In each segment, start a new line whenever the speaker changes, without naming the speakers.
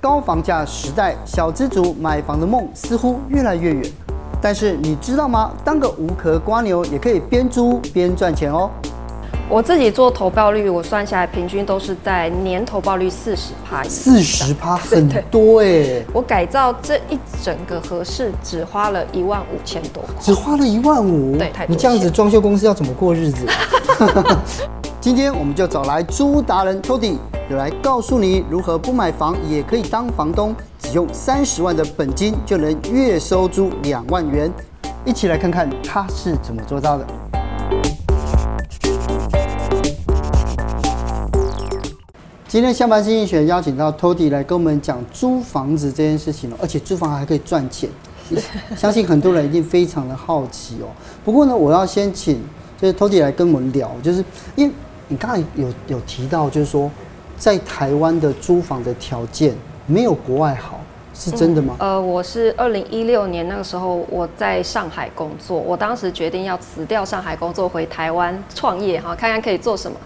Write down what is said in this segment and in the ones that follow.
高房价时代，小资族买房的梦似乎越来越远。但是你知道吗？当个无壳瓜牛也可以边租边赚钱哦。
我自己做投报率，我算下来平均都是在年投报率四十趴以上。
四十趴很多哎、
我改造这一整个合适只花了一万五千多块。
只花了一万五，
对太多
你这样子装修公司要怎么过日子？ 今天我们就找来租达人 Tody，有来告诉你如何不买房也可以当房东，只用三十万的本金就能月收租两万元，一起来看看他是怎么做到的。今天下班新一选邀请到 Tody 来跟我们讲租房子这件事情哦，而且租房还可以赚钱， 相信很多人一定非常的好奇哦。不过呢，我要先请就是 Tody 来跟我们聊，就是因为你刚才有有提到，就是说在台湾的租房的条件没有国外好，是真的吗？
呃，我是二零一六年那个时候我在上海工作，我当时决定要辞掉上海工作回台湾创业哈，看看可以做什么。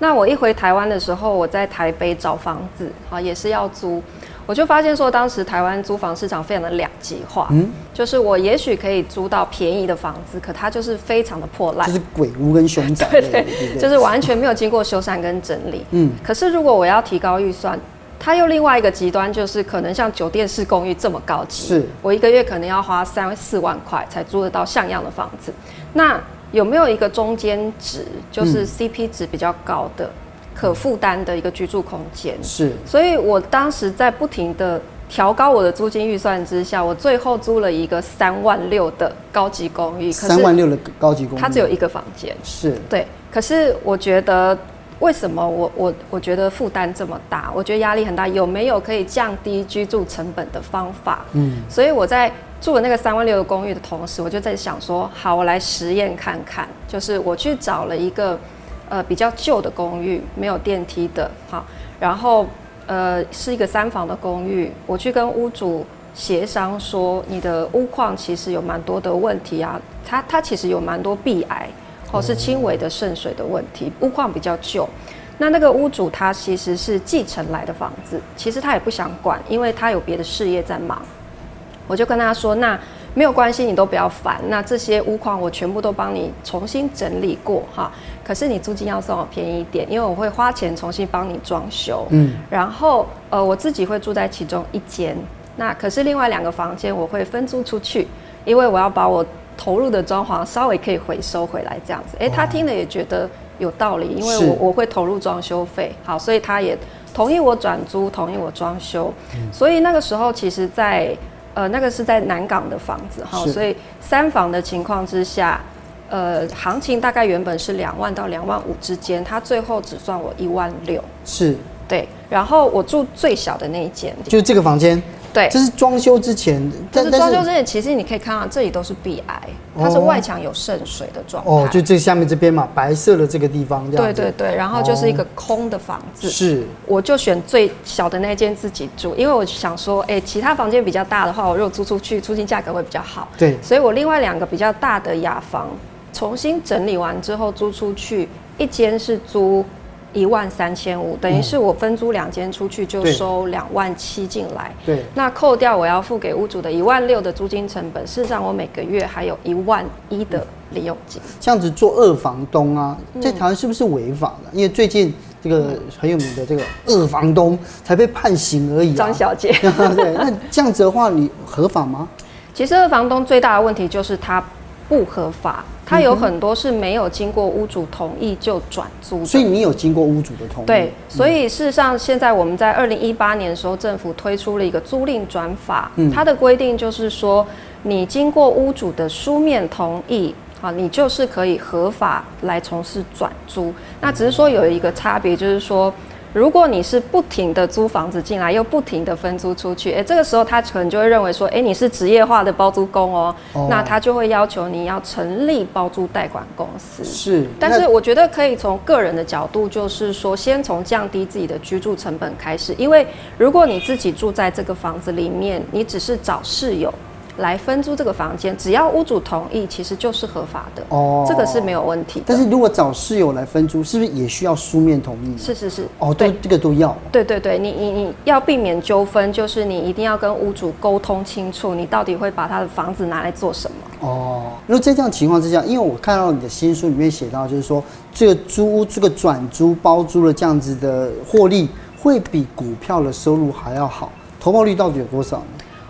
那我一回台湾的时候，我在台北找房子，好也是要租，我就发现说当时台湾租房市场非常的两极化，
嗯
就是我也许可以租到便宜的房子，可它就是非常的破烂
就，是鬼屋跟熊 掌类的，对不对？
嗯就是完全没有经过修缮跟整理。
嗯，
可是如果我要提高预算，它又另外一个极端就是可能像酒店式公寓这么高级，
是
我一个月可能要花三四万块才租得到像样的房子。那有没有一个中间值，就是
嗯
CP 值比较高的、可负担的一个居住空间？
是
所以我当时在不停的调高我的租金预算之下，我最后租了一个三万六的高级公寓，可
三万
是
六的高级公寓，
它只有一个房间。
是
对，可是我觉得为什么我我我觉得负担这么大，我觉得压力很大，有没有可以降低居住成本的方法？
嗯
所以我在住了那个三万六的公寓的同时，我就在想说，好，我来实验看看，就是我去找了一个呃比较旧的公寓，没有电梯的，好，然后呃是一个三房的公寓，我去跟屋主。协商说，你的屋况其实有蛮多的问题啊，它它其实有蛮多壁癌，哦，是轻微的渗水的问题，屋况比较旧。那那个屋主他其实是继承来的房子，其实他也不想管，因为他有别的事业在忙。我就跟他说，那没有关系，你都不要烦。那这些屋况我全部都帮你重新整理过哈，可是你租金要算我便宜一点，因为我会花钱重新帮你装修。
嗯
然后呃，我自己会住在其中一间，那可是另外两个房间我会分租出去，因为我要把我投入的装潢稍微可以回收回来这样子。诶，他听了也觉得有道理，因为
是
我我会投入装修费，好，所以他也同意我转租，同意我装修。
嗯
所以那个时候其实在，呃那个是在南港的房子哈，
是
所以三房的情况之下。呃，行情大概原本是两万到两万五之间，他最后只算我一万六。
是，
对，然后我住最小的那一间，
就是这个房间，
对，
这是装修之前，
哎就是装修
但
之前，其实你可以看到这里都是壁癌，它是
哦
外墙有渗水的状态。
哦，就这下面这边嘛，白色的这个地方，这样
对
子哦
对对，然后就是一个空的房子，
是
我就选最小的那间自己住，因为我想说，哎，其他房间比较大的话，我如果租出去，租金价格会比较好。
对
所以我另外两个比较大的雅房重新整理完之后租出去，一间是租一万三千五，等于是我分租两间出去就
对
收两万七进来。
对，
那扣掉我要付给屋主的一万六的租金成本，事实上我每个月还有一万一
嗯
的利用金。
这样子做二房东啊，
嗯
在台湾是不是违法的？因为最近这个很有名的这个二房东才被判刑而已、啊。
张小姐，
对，那这样子的话，你合法吗？
其实二房东最大的问题就是他不合法，他
嗯
有很多是没有经过屋主同意就转租的。
所以你有经过屋主的同意？嗯
对，，所以事实上，现在我们在二零一八年的时候，政府推出了一个租赁转法，
嗯
它的规定就是说，你经过屋主的书面同意。啊，你就是可以合法来从事转租，那只是说有一个差别，就是说，如果你是不停的租房子进来，又不停的分租出去，诶、这个时候他可能就会认为说，诶、你是职业化的包租公哦，
哦
那他就会要求你要成立包租代管公司。
是，
但
那
是我觉得可以从个人的角度，就是说，先从降低自己的居住成本开始。因为如果你自己住在这个房子里面，你只是找室友，来分租这个房间，只要屋主同意，其实就是合法的，
哦，
这个是没有问题的。
但是如果找室友来分租，是不是也需要书面同意？
是是是，
哦，对，这个都要哦。
对对对，你你你要避免纠纷，就是你一定要跟屋主沟通清楚，你到底会把他的房子拿来做什么。
哦，如果在这样情况之下，因为我看到你的新书里面写到，就是说这个租屋、这个转租、包租的这样子的获利，会比股票的收入还要好。投报率到底有多少呢？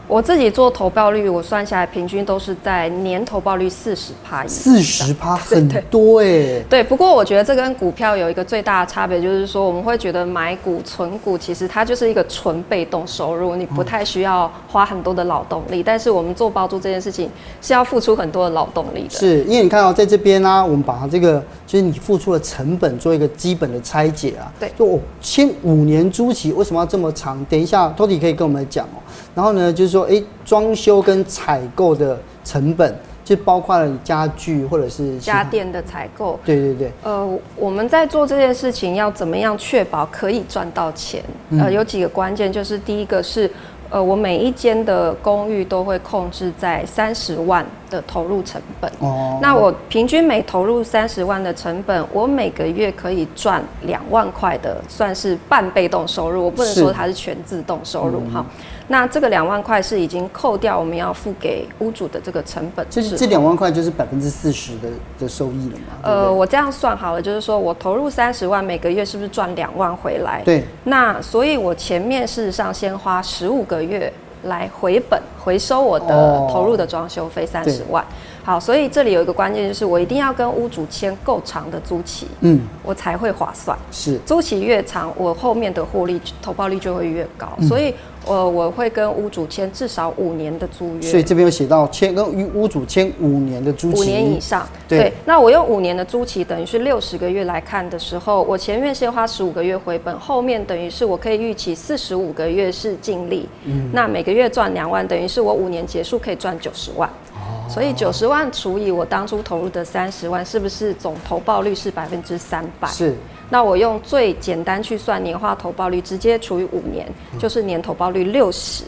我自己做投报率，我算下来平均都是在年投报率四十趴以上。
四十趴，很多哎、
对，不过我觉得这跟股票有一个最大的差别，就是说我们会觉得买股、存股，其实它就是一个纯被动收入，你不
嗯
太需要花很多的劳动力。但是我们做包租这件事情是要付出很多的劳动力的。
是因为你看到、哦在这边呢、啊我们把它这个就是你付出的成本做一个基本的拆解啊。
对
就我先五年租期为什么要这么长？等一下 Tody 可以跟我们讲哦、然后呢，就是说，诶，装修跟采购的成本就包括了家具或者是其他
家。电的采购，
对对对，
呃，我们在做这件事情要怎么样确保可以赚到钱？
嗯
呃，有几个关键，就是第一个是，呃，我每一间的公寓都会控制在三十万的投入成本。
哦，
那我平均每投入三十万的成本，我每个月可以赚两万块的，算是半被动收入。我不能
是嗯
说它是全自动收入哈、那这个两万块是已经扣掉我们要付给屋主的这个成本
这
之
这两万块就是百分之四十的的收益了嘛？
呃，我这样算好了，就是说我投入三十万，每个月是不是赚两万回来？
对不对，
那所以，我前面事实上先花十五个月来回本回收我
哦
的投入的装修费三
对
十万。好，所以这里有一个关键就是，我一定要跟屋主签够长的租期，
嗯，
我才会划算。
是
租期越长，我后面的获利投报率就会越高。
嗯
所以，呃，我会跟屋主签至少五年的租约。
所以这边有写到签跟与屋主签五年的租期，
五年以上，
对
那我用五年的租期，等于是六十个月来看的时候，我前面先花十五个月回本，后面等于是我可以预期四十五个月是净利，
嗯
那每个月赚两万，等于是我五年结束可以赚九十万。
哦
所以九十万除以我当初投入的三十万，是不是总投报率是百分之三百？
是
那我用最简单去算年化投报率，直接除以五年，就是年投报率六十。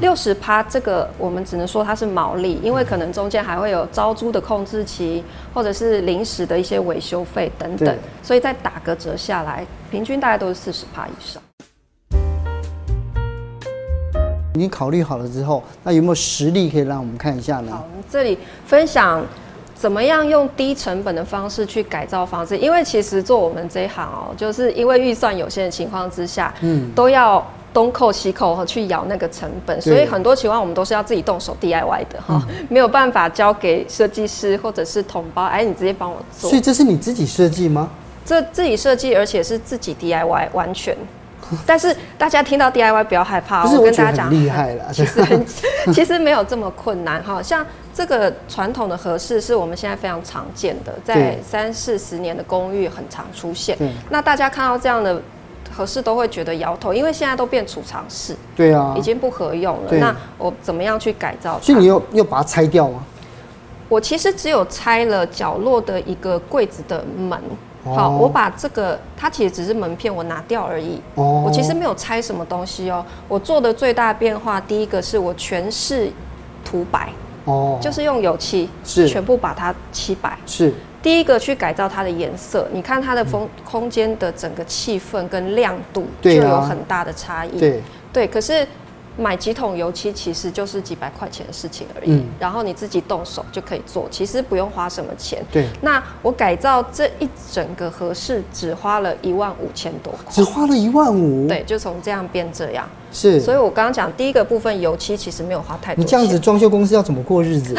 六十趴，这个我们只能说它是毛利，因为可能中间还会有招租的控制期，或者是临时的一些维修费等等
对，
所以再打个折下来，平均大概都是四十趴以上。
你考虑好了之后，那有没有实例可以让我们看一下呢
好？，这里分享怎么样用低成本的方式去改造房子，因为其实做我们这一行哦，就是因为预算有限的情况之下，嗯，都要。东扣西扣哈，去咬那个成本，所以很多情况我们都是要自己动手 DIY 的哈，
嗯
没有办法交给设计师或者是同胞，哎，你直接帮我做
所以，这是你自己设计吗？
这自己设计，而且是自己 DIY 完全。但是大家听到 DIY 不要害怕哦，
不是，
我
我
跟
觉
大
得
家
很
讲，
厉害啦。
其实很其实没有这么困难哈。像这个传统的合适是我们现在非常常见的，在
对
三四十年的公寓很常出现
对。
那大家看到这样的合适都会觉得摇头，因为现在都变储藏室，
对啊
已，经不合用了。
对
那我怎么样去改造它？
所以你又又把它拆掉吗？
我其实只有拆了角落的一个柜子的门。
哦
好，我把这个，它其实只是门片，我拿掉而已。
哦
我其实没有拆什么东西哦。我做的最大变化，第一个是我全是涂白，
哦，
就是用油漆，
是
全部把它漆白。
是
第一个去改造它的颜色，你看它的风、空间的整个气氛跟亮度就
嗯对啊
有很大的差异。
对，
对，可是买几桶油漆其实就是几百块钱的事情而已，
嗯
然后你自己动手就可以做，其实不用花什么钱。
对，
那我改造这一整个合适只花了一万五千多块
只，花了一万五，，
对，就从这样变这样。
是，
所以我刚刚讲第一个部分油漆其实没有花太多
你
钱，
这样子装修公司要怎么过日 子？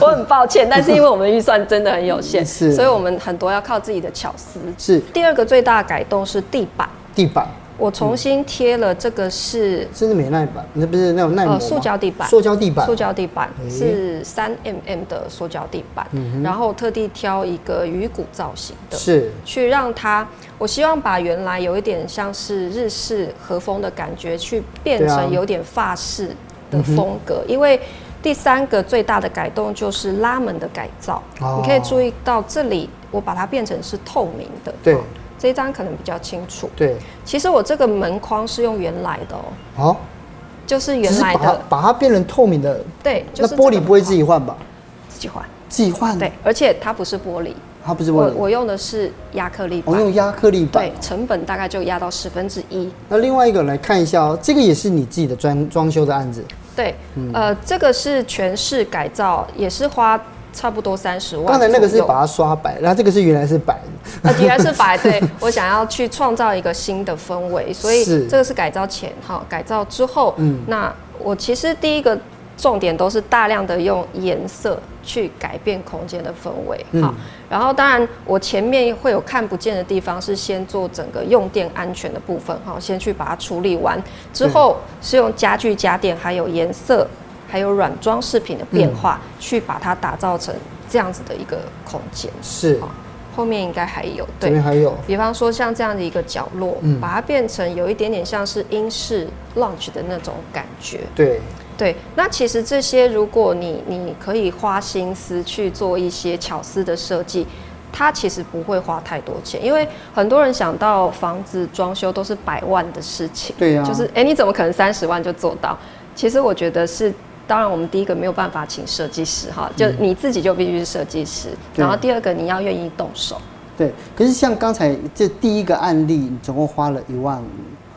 我很抱歉，但是因为我们预算真的很有 限，
是
所以我们很多要靠自己的巧思。
是
第二个最大的改动是地板，
地板，
我
嗯
重新贴了这个是
甚至美耐板，那不是那种耐磨吗
呃塑胶地板
塑胶地板，
塑胶地板，
诶嗯
是三 mm 的塑胶地板，然后特地挑一个鱼骨造型的。
是
去让它，我希望把原来有一点像是日式和风的感觉，去变
对啊嗯
成有点法式的风格。因为第三个最大的改动就是拉门的改造，
哦
你可以注意到这里，我把它变成是透明的。
对
哦这一张可能比较清楚。
对，
其实我这个门框是用原来的哦，
好，
就是
只
原
是
来
把它
的，
把它变成透明的，
对，就
那
是
玻
这
璃
个
不会自己换吧？
自己换，
自己换，
对，，而且它不是玻璃，
它不是玻
我
璃，
我用的是亚克力
我
板，
哦用亚克力板
对。，成本大概就压到十分之一。
那另外一个来看一下哦，这个也是你自己的装装修的案子，
对，
嗯
呃，这个是全室改造，也是花差不多三十万左
刚
右。
才那个是把它刷白，然后这个是原来是白的，
呃，原来是白，对我想要去创造一个新的氛围，所以
是
这个是改造前哈，改造之后，那我其实第一个重点都是大量的用颜色去改变空间的氛围，好，然后当然我前面会有看不见的地方，是先做整个用电安全的部分哈，先去把它处理完，之后是用家具家电还有颜色。还有软装饰品的变化，去把它打造成这样子的一个空间。
是
好后面应该还有，
这
哦对
边，还有
比方说像这样的一个角落，
嗯
把它变成有一点点像是英式 lounge 的那种感觉。
对，
对，那其实这些如果你你可以花心思去做一些巧思的设计。它其实不会花太多钱，因为很多人想到房子装修都是百万的事情，
对啊
就是哎、诶你怎么可能三十万就做到？其实我觉得是，当然我们第一个没有办法请设计师哈，就你自己就必须是设计师，
嗯对
然后第二个你要愿意动手，
对，可是像刚才这第一个案例，你总共花了一万五，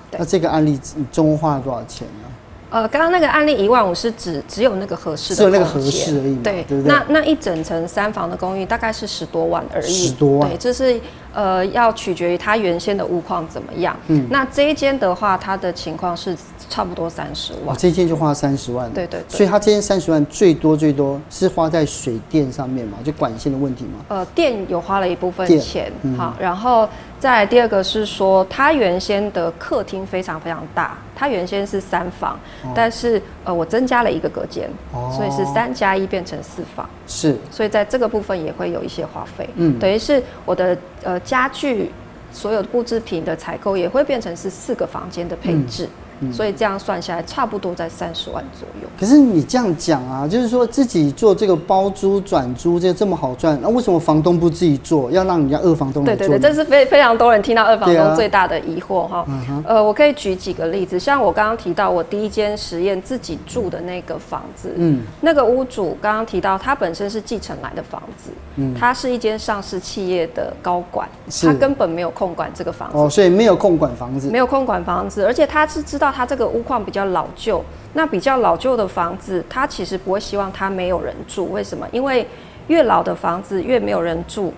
对
那这个案例你总共花了多少钱呢？
呃，刚刚那个案例一万五是指只有那个合适的，
只有那个合适而已嘛
对，
对不对
那那一整层三房的公寓大概是十多万而已，
10多万
对，这是呃要取决于它原先的屋况怎么样。嗯，那这一间的话，它的情况是差不多三十
我
万，
这件就花三十万，
对对对
所以他这件三十万最多最多是花在水电上面嘛，就管线的问题嘛，
呃，店有花了一部分
电
钱，好，然后再来第二个是说，它原先的客厅非常非常大，它原先是三房，但是呃我增加了一个隔间，
哦
所以是三加一变成四房。
是
所以在这个部分也会有一些花费。
嗯
嗯，等于是我的呃家具所有的布制品的采购也会变成是四个房间的配置，所以这样算下来差不多在三十万左右。
可是你这样讲啊，就是说自己做这个包租转租，这这么好赚，那、为什么房东不自己做，要让人家二房东来
对
做
对
呢？
对，这是非非常多人听到二房
对啊
东最大的疑惑哈、呃，我可以举几个例子，像我刚刚提到我第一间实验自己住的那个房子，
嗯
嗯，那个屋主刚刚提到他本身是继承来的房子，嗯，他是一间上市企业的高管，
是
他根本没有控管这个房子，
哦，所以没有空管房子，
没有空管房子，而且他是知道他这个屋况比较老旧，那比较老旧的房子，他其实不会希望他没有人住，为什么？因为越老的房子越没有人住，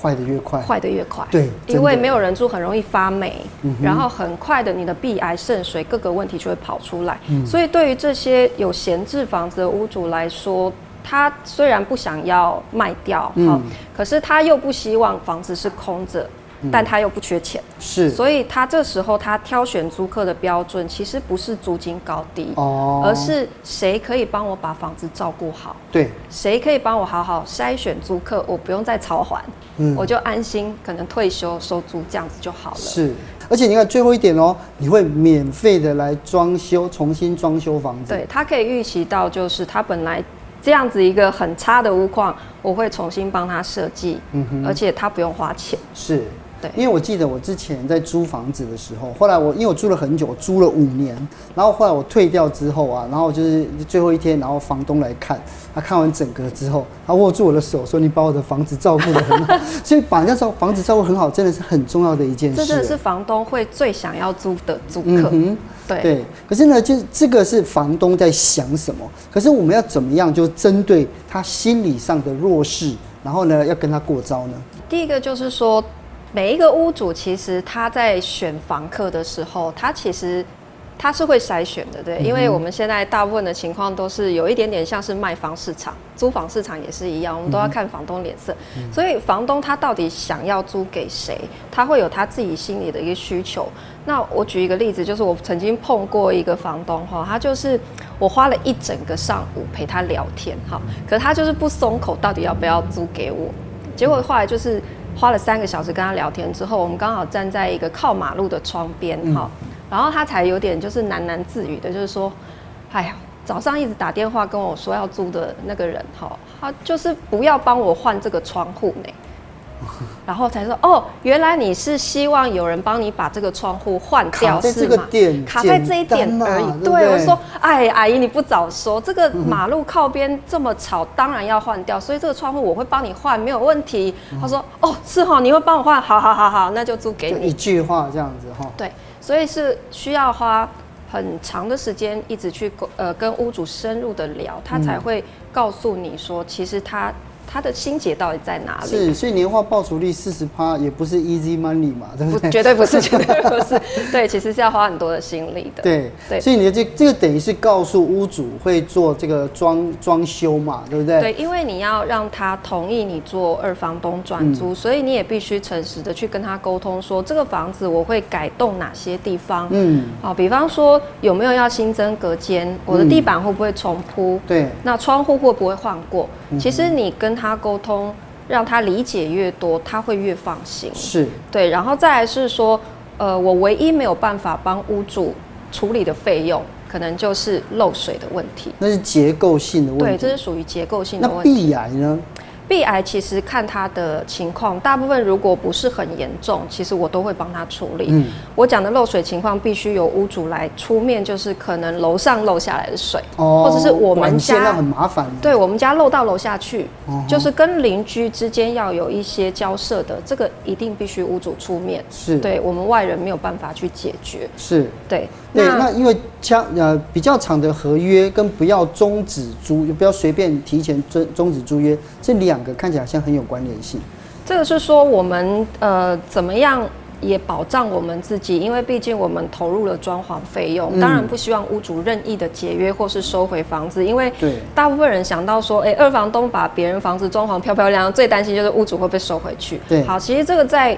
坏的越快，
坏的越快。
对真的嗯
因为没有人住，很容易发霉，然后很快的你的壁癌、渗水各个问题就会跑出来。
嗯
所以对于这些有闲置房子的屋主来说，他虽然不想要卖掉，哈、
嗯
可是他又不希望房子是空着，
嗯
但他又不缺钱。
是
所以他这时候他挑选租客的标准其实不是租金高低，
哦，
而是谁可以帮我把房子照顾好，
对，
谁可以帮我好好筛选租客，我不用再操还，
嗯
我就安心可能退休收租这样子就好了。
是，而且你看最后一点哦，你会免费的来装修，重新装修房子，
对，他可以预期到，就是他本来这样子一个很差的屋况，我会重新帮他设计，而且他不用花钱。
是。
对
嗯因为我记得我之前在租房子的时候，后来我因为我住了很久，我租了五年，然后后来我退掉之后啊，然后就是最后一天，然后房东来看，他看完整个之后，他握住我的手说：“你把我的房子照顾得很 好。”所以把那时候房子照顾很好，真的是很重要的一件事。
这真的是房东会最想要租的租客，
嗯
对
哼，。对。可是呢，就是这个是房东在想什么，可是我们要怎么样就针对他心理上的弱势，然后呢要跟他过招呢？
第一个就是说，每一个屋主其实他在选房客的时候，他其实他是会筛选的，对，因为我们现在大部分的情况都是有一点点像是卖房市场、租房市场也是一样，我们都要看房东脸色，所以房东他到底想要租给谁，他会有他自己心里的一个需求。那我举一个例子，就是我曾经碰过一个房东哈，他就是我花了一整个上午陪他聊天哈，可是他就是不松口，到底要不要租给我？结果后来就是花了三个小时跟他聊天之后，我们刚好站在一个靠马路的窗边
嗯
哈，然后他才有点就是喃喃自语的，就是说，哎呀。早上一直打电话跟我说要租的那个人，哈，他就是不要帮我换这个窗户呢。 然后才说哦，原来你是希望有人帮你把这个窗户换
卡
掉，
在
是
这个
吗？
点，
卡在这一点
简单
而已
嘛。
对，
不对
我说，哎，阿姨你不早说，
嗯
这个马路靠边这么吵，当然要换掉，所以这个窗户我会帮你换，没有问题。
嗯
他说，哦，是哈、你会帮我换，好好好好，那就租给
就
你
一。句话这样子哈。
对，所以是需要花很长的时间一直去沟呃跟屋主深入的聊，
嗯
他才会告诉你说，其实他他的心结到底在哪里。
是，所以年化报酬率四十趴也不是 easy money 嘛，对不
不，
对？
绝对不是，绝对不是。对，其实是要花很多的心力的。
对，
对
所以你的这这个等于是告诉屋主会做这个装装修嘛，对不对？
对，因为你要让他同意你做二房东转
嗯
租，所以你也必须诚实的去跟他沟通说，这个房子我会改动哪些地方。
嗯，
好、比方说有没有要新增隔间，我的地板会不会重铺，
对，
那窗户会不会换过？
嗯
其实你跟他沟通，让他理解越多，他会越放心。
是，
对，然后再来是说，呃，我唯一没有办法帮屋主处理的费用，可能就是漏水的问题。
那是结构性的问
对，
题。
这是属于结构性的
那
问题。
必然呢？
壁癌其实看他的情况，大部分如果不是很严重，其实我都会帮他处理。
嗯
我讲的漏水情况必须由屋主来出面，就是可能楼上漏下来的水，
哦
或者是我们
管线
家
那很麻烦。哦
对我们家漏到楼下去，就是跟邻居之间要有一些交涉的，这个一定必须屋主出面。
是，
对我们外人没有办法去解决。
是。
对，
对，那因为像呃比较长的合约跟不要终止租，不要随便提前终终止租约，这两个看起来好像很有关联性。
这个是说我们呃怎么样也保障我们自己，因为毕竟我们投入了装潢费用，
嗯
当然不希望屋主任意的解约或是收回房子，因为
对，
大部分人想到说，哎、二房东把别人房子装潢漂漂亮亮，最担心就是屋主会被收回去。
对
好，其实这个在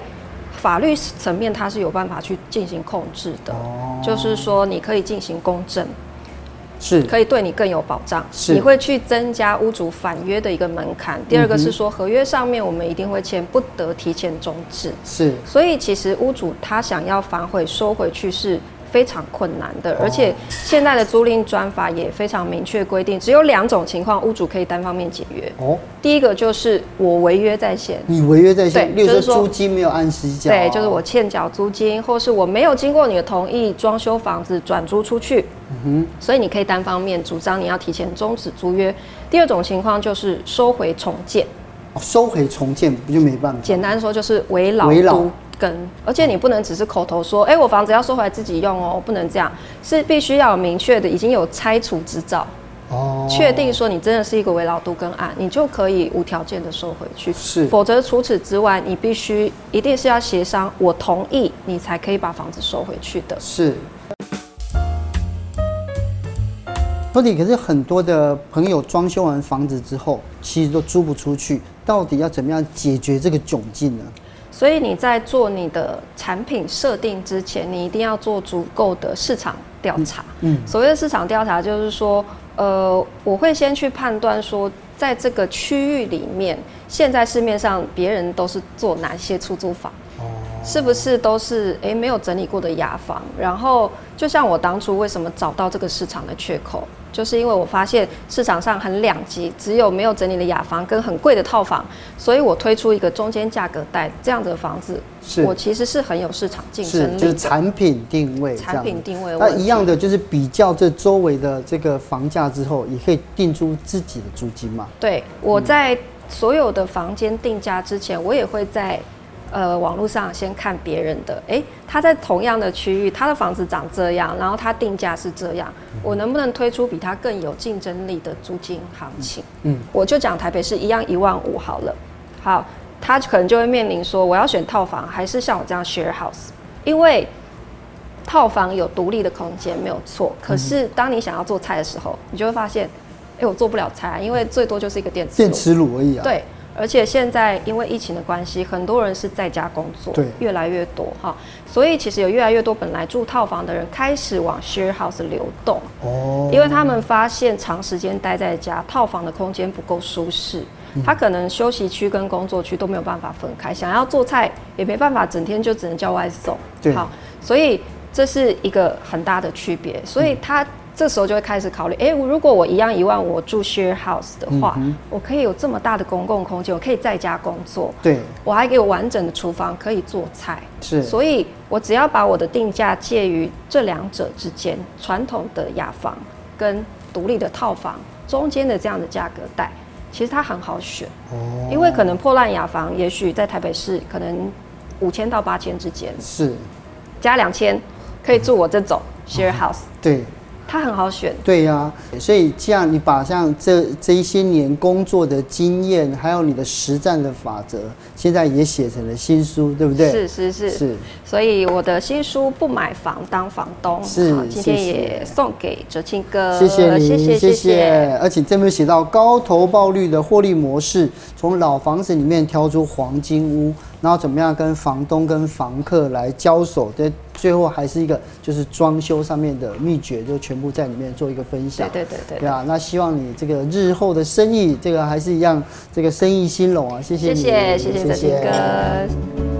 法律层面它是有办法去进行控制的，
哦
就是说你可以进行公证，
是
可以对你更有保障，
是
你会去增加屋主反约的一个门槛。第二个是说，合约上面我们一定会签不得提前终止，
是，
所以其实屋主他想要反悔收回去是。非常困难的，而且现在的租赁专法也非常明确规定，只有两种情况屋主可以单方面解约。
哦，
第一个就是我违约在先，
你违约在先，
对
例如说
就是说
租金没有按时缴，
对，就是我欠缴租金，或是我没有经过你的同意装修房子转租出去，
嗯
所以你可以单方面主张你要提前终止租约。第二种情况就是收回重建，
哦收回重建不就没办法？
简单说就是围老
围老
都跟，而且你不能只是口头说，哎、我房子要收回来自己用哦，不能这样，是必须要有明确的，已经有拆除执照。
哦，
确定说你真的是一个围绕度跟案，你就可以无条件的收回去。
是
否则除此之外，你必须一定是要协商，我同意你才可以把房子收回去的。
是。托底，可是很多的朋友装修完房子之后，其实都租不出去，到底要怎么样解决这个窘境呢？
所以你在做你的产品设定之前，你一定要做足够的市场调查。
嗯
所谓的市场调查就是说，呃，我会先去判断说，在这个区域里面，现在市面上别人都是做哪些出租房。
哦
是不是都是诶没有整理过的雅房？然后就像我当初为什么找到这个市场的缺口，就是因为我发现市场上很两极，只有没有整理的雅房跟很贵的套房，所以我推出一个中间价格带这样子的房子，
是
我其实是很有市场竞
是
争，
就是
力的。
产品定位这
产
样子。
品定位
那
问
一
题，
样的就是比较这周围的这个房价之后，也可以定出自己的租金嘛。
对我在所有的房间定价之前，我也会在。呃，网络上先看别人的，诶，他在同样的区域，他的房子长这样，然后他定价是这样，我能不能推出比他更有竞争力的租金行情？
嗯
嗯，我就讲台北市一样一万五好了，好，他可能就会面临说，我要选套房还是像我这样 share house，因为套房有独立的空间没有错，可是当你想要做菜的时候，你就会发现，诶，我做不了菜、啊，因为最多就是一个电磁
电
炉。
磁炉而已啊。，
对，而且现在因为疫情的关系，很多人是在家工作，
对
越来越多哈，所以其实有越来越多本来住套房的人开始往 share house 流动，
哦，
因为他们发现长时间待在家，套房的空间不够舒适。
嗯
他可能休息区跟工作区都没有办法分开，想要做菜也没办法，整天就只能叫外送
对。嗯
好，所以这是一个很大的区别。所以他这时候就会开始考虑，哎，如果我一样一万，我住 share house 的话，
嗯
我可以有这么大的公共空间，我可以在家工作，
对，
我还有完整的厨房可以做菜，
是
所以我只要把我的定价介于这两者之间，传统的雅房跟独立的套房中间的这样的价格带，其实它很好选，
哦，
因为可能破烂雅房也许在台北市可能五千到八千之间，
是，
加两千可以住我这种 share
嗯
house，
对。
它很好选。
对呀、所以这样你把像这这一些年工作的经验，还有你的实战的法则，现在也写成了新书，对不对？
是是是
是
所以我的新书《不买房当房东》
是
好今
谢
天
谢
也送给哲庆哥，
谢谢你，
呃谢谢
谢
谢谢，
而且这边写到高投报率的获利模式，从老房子里面挑出黄金屋，然后怎么样跟房东跟房客来交手，对，最后还是一个就是装修上面的秘诀，就全部在里面做一个分享
对。对对对
对啊，那希望你这个日后的生意，这个还是一样，这个生意兴隆啊！谢谢
谢
你，
谢谢谢哲庆哥。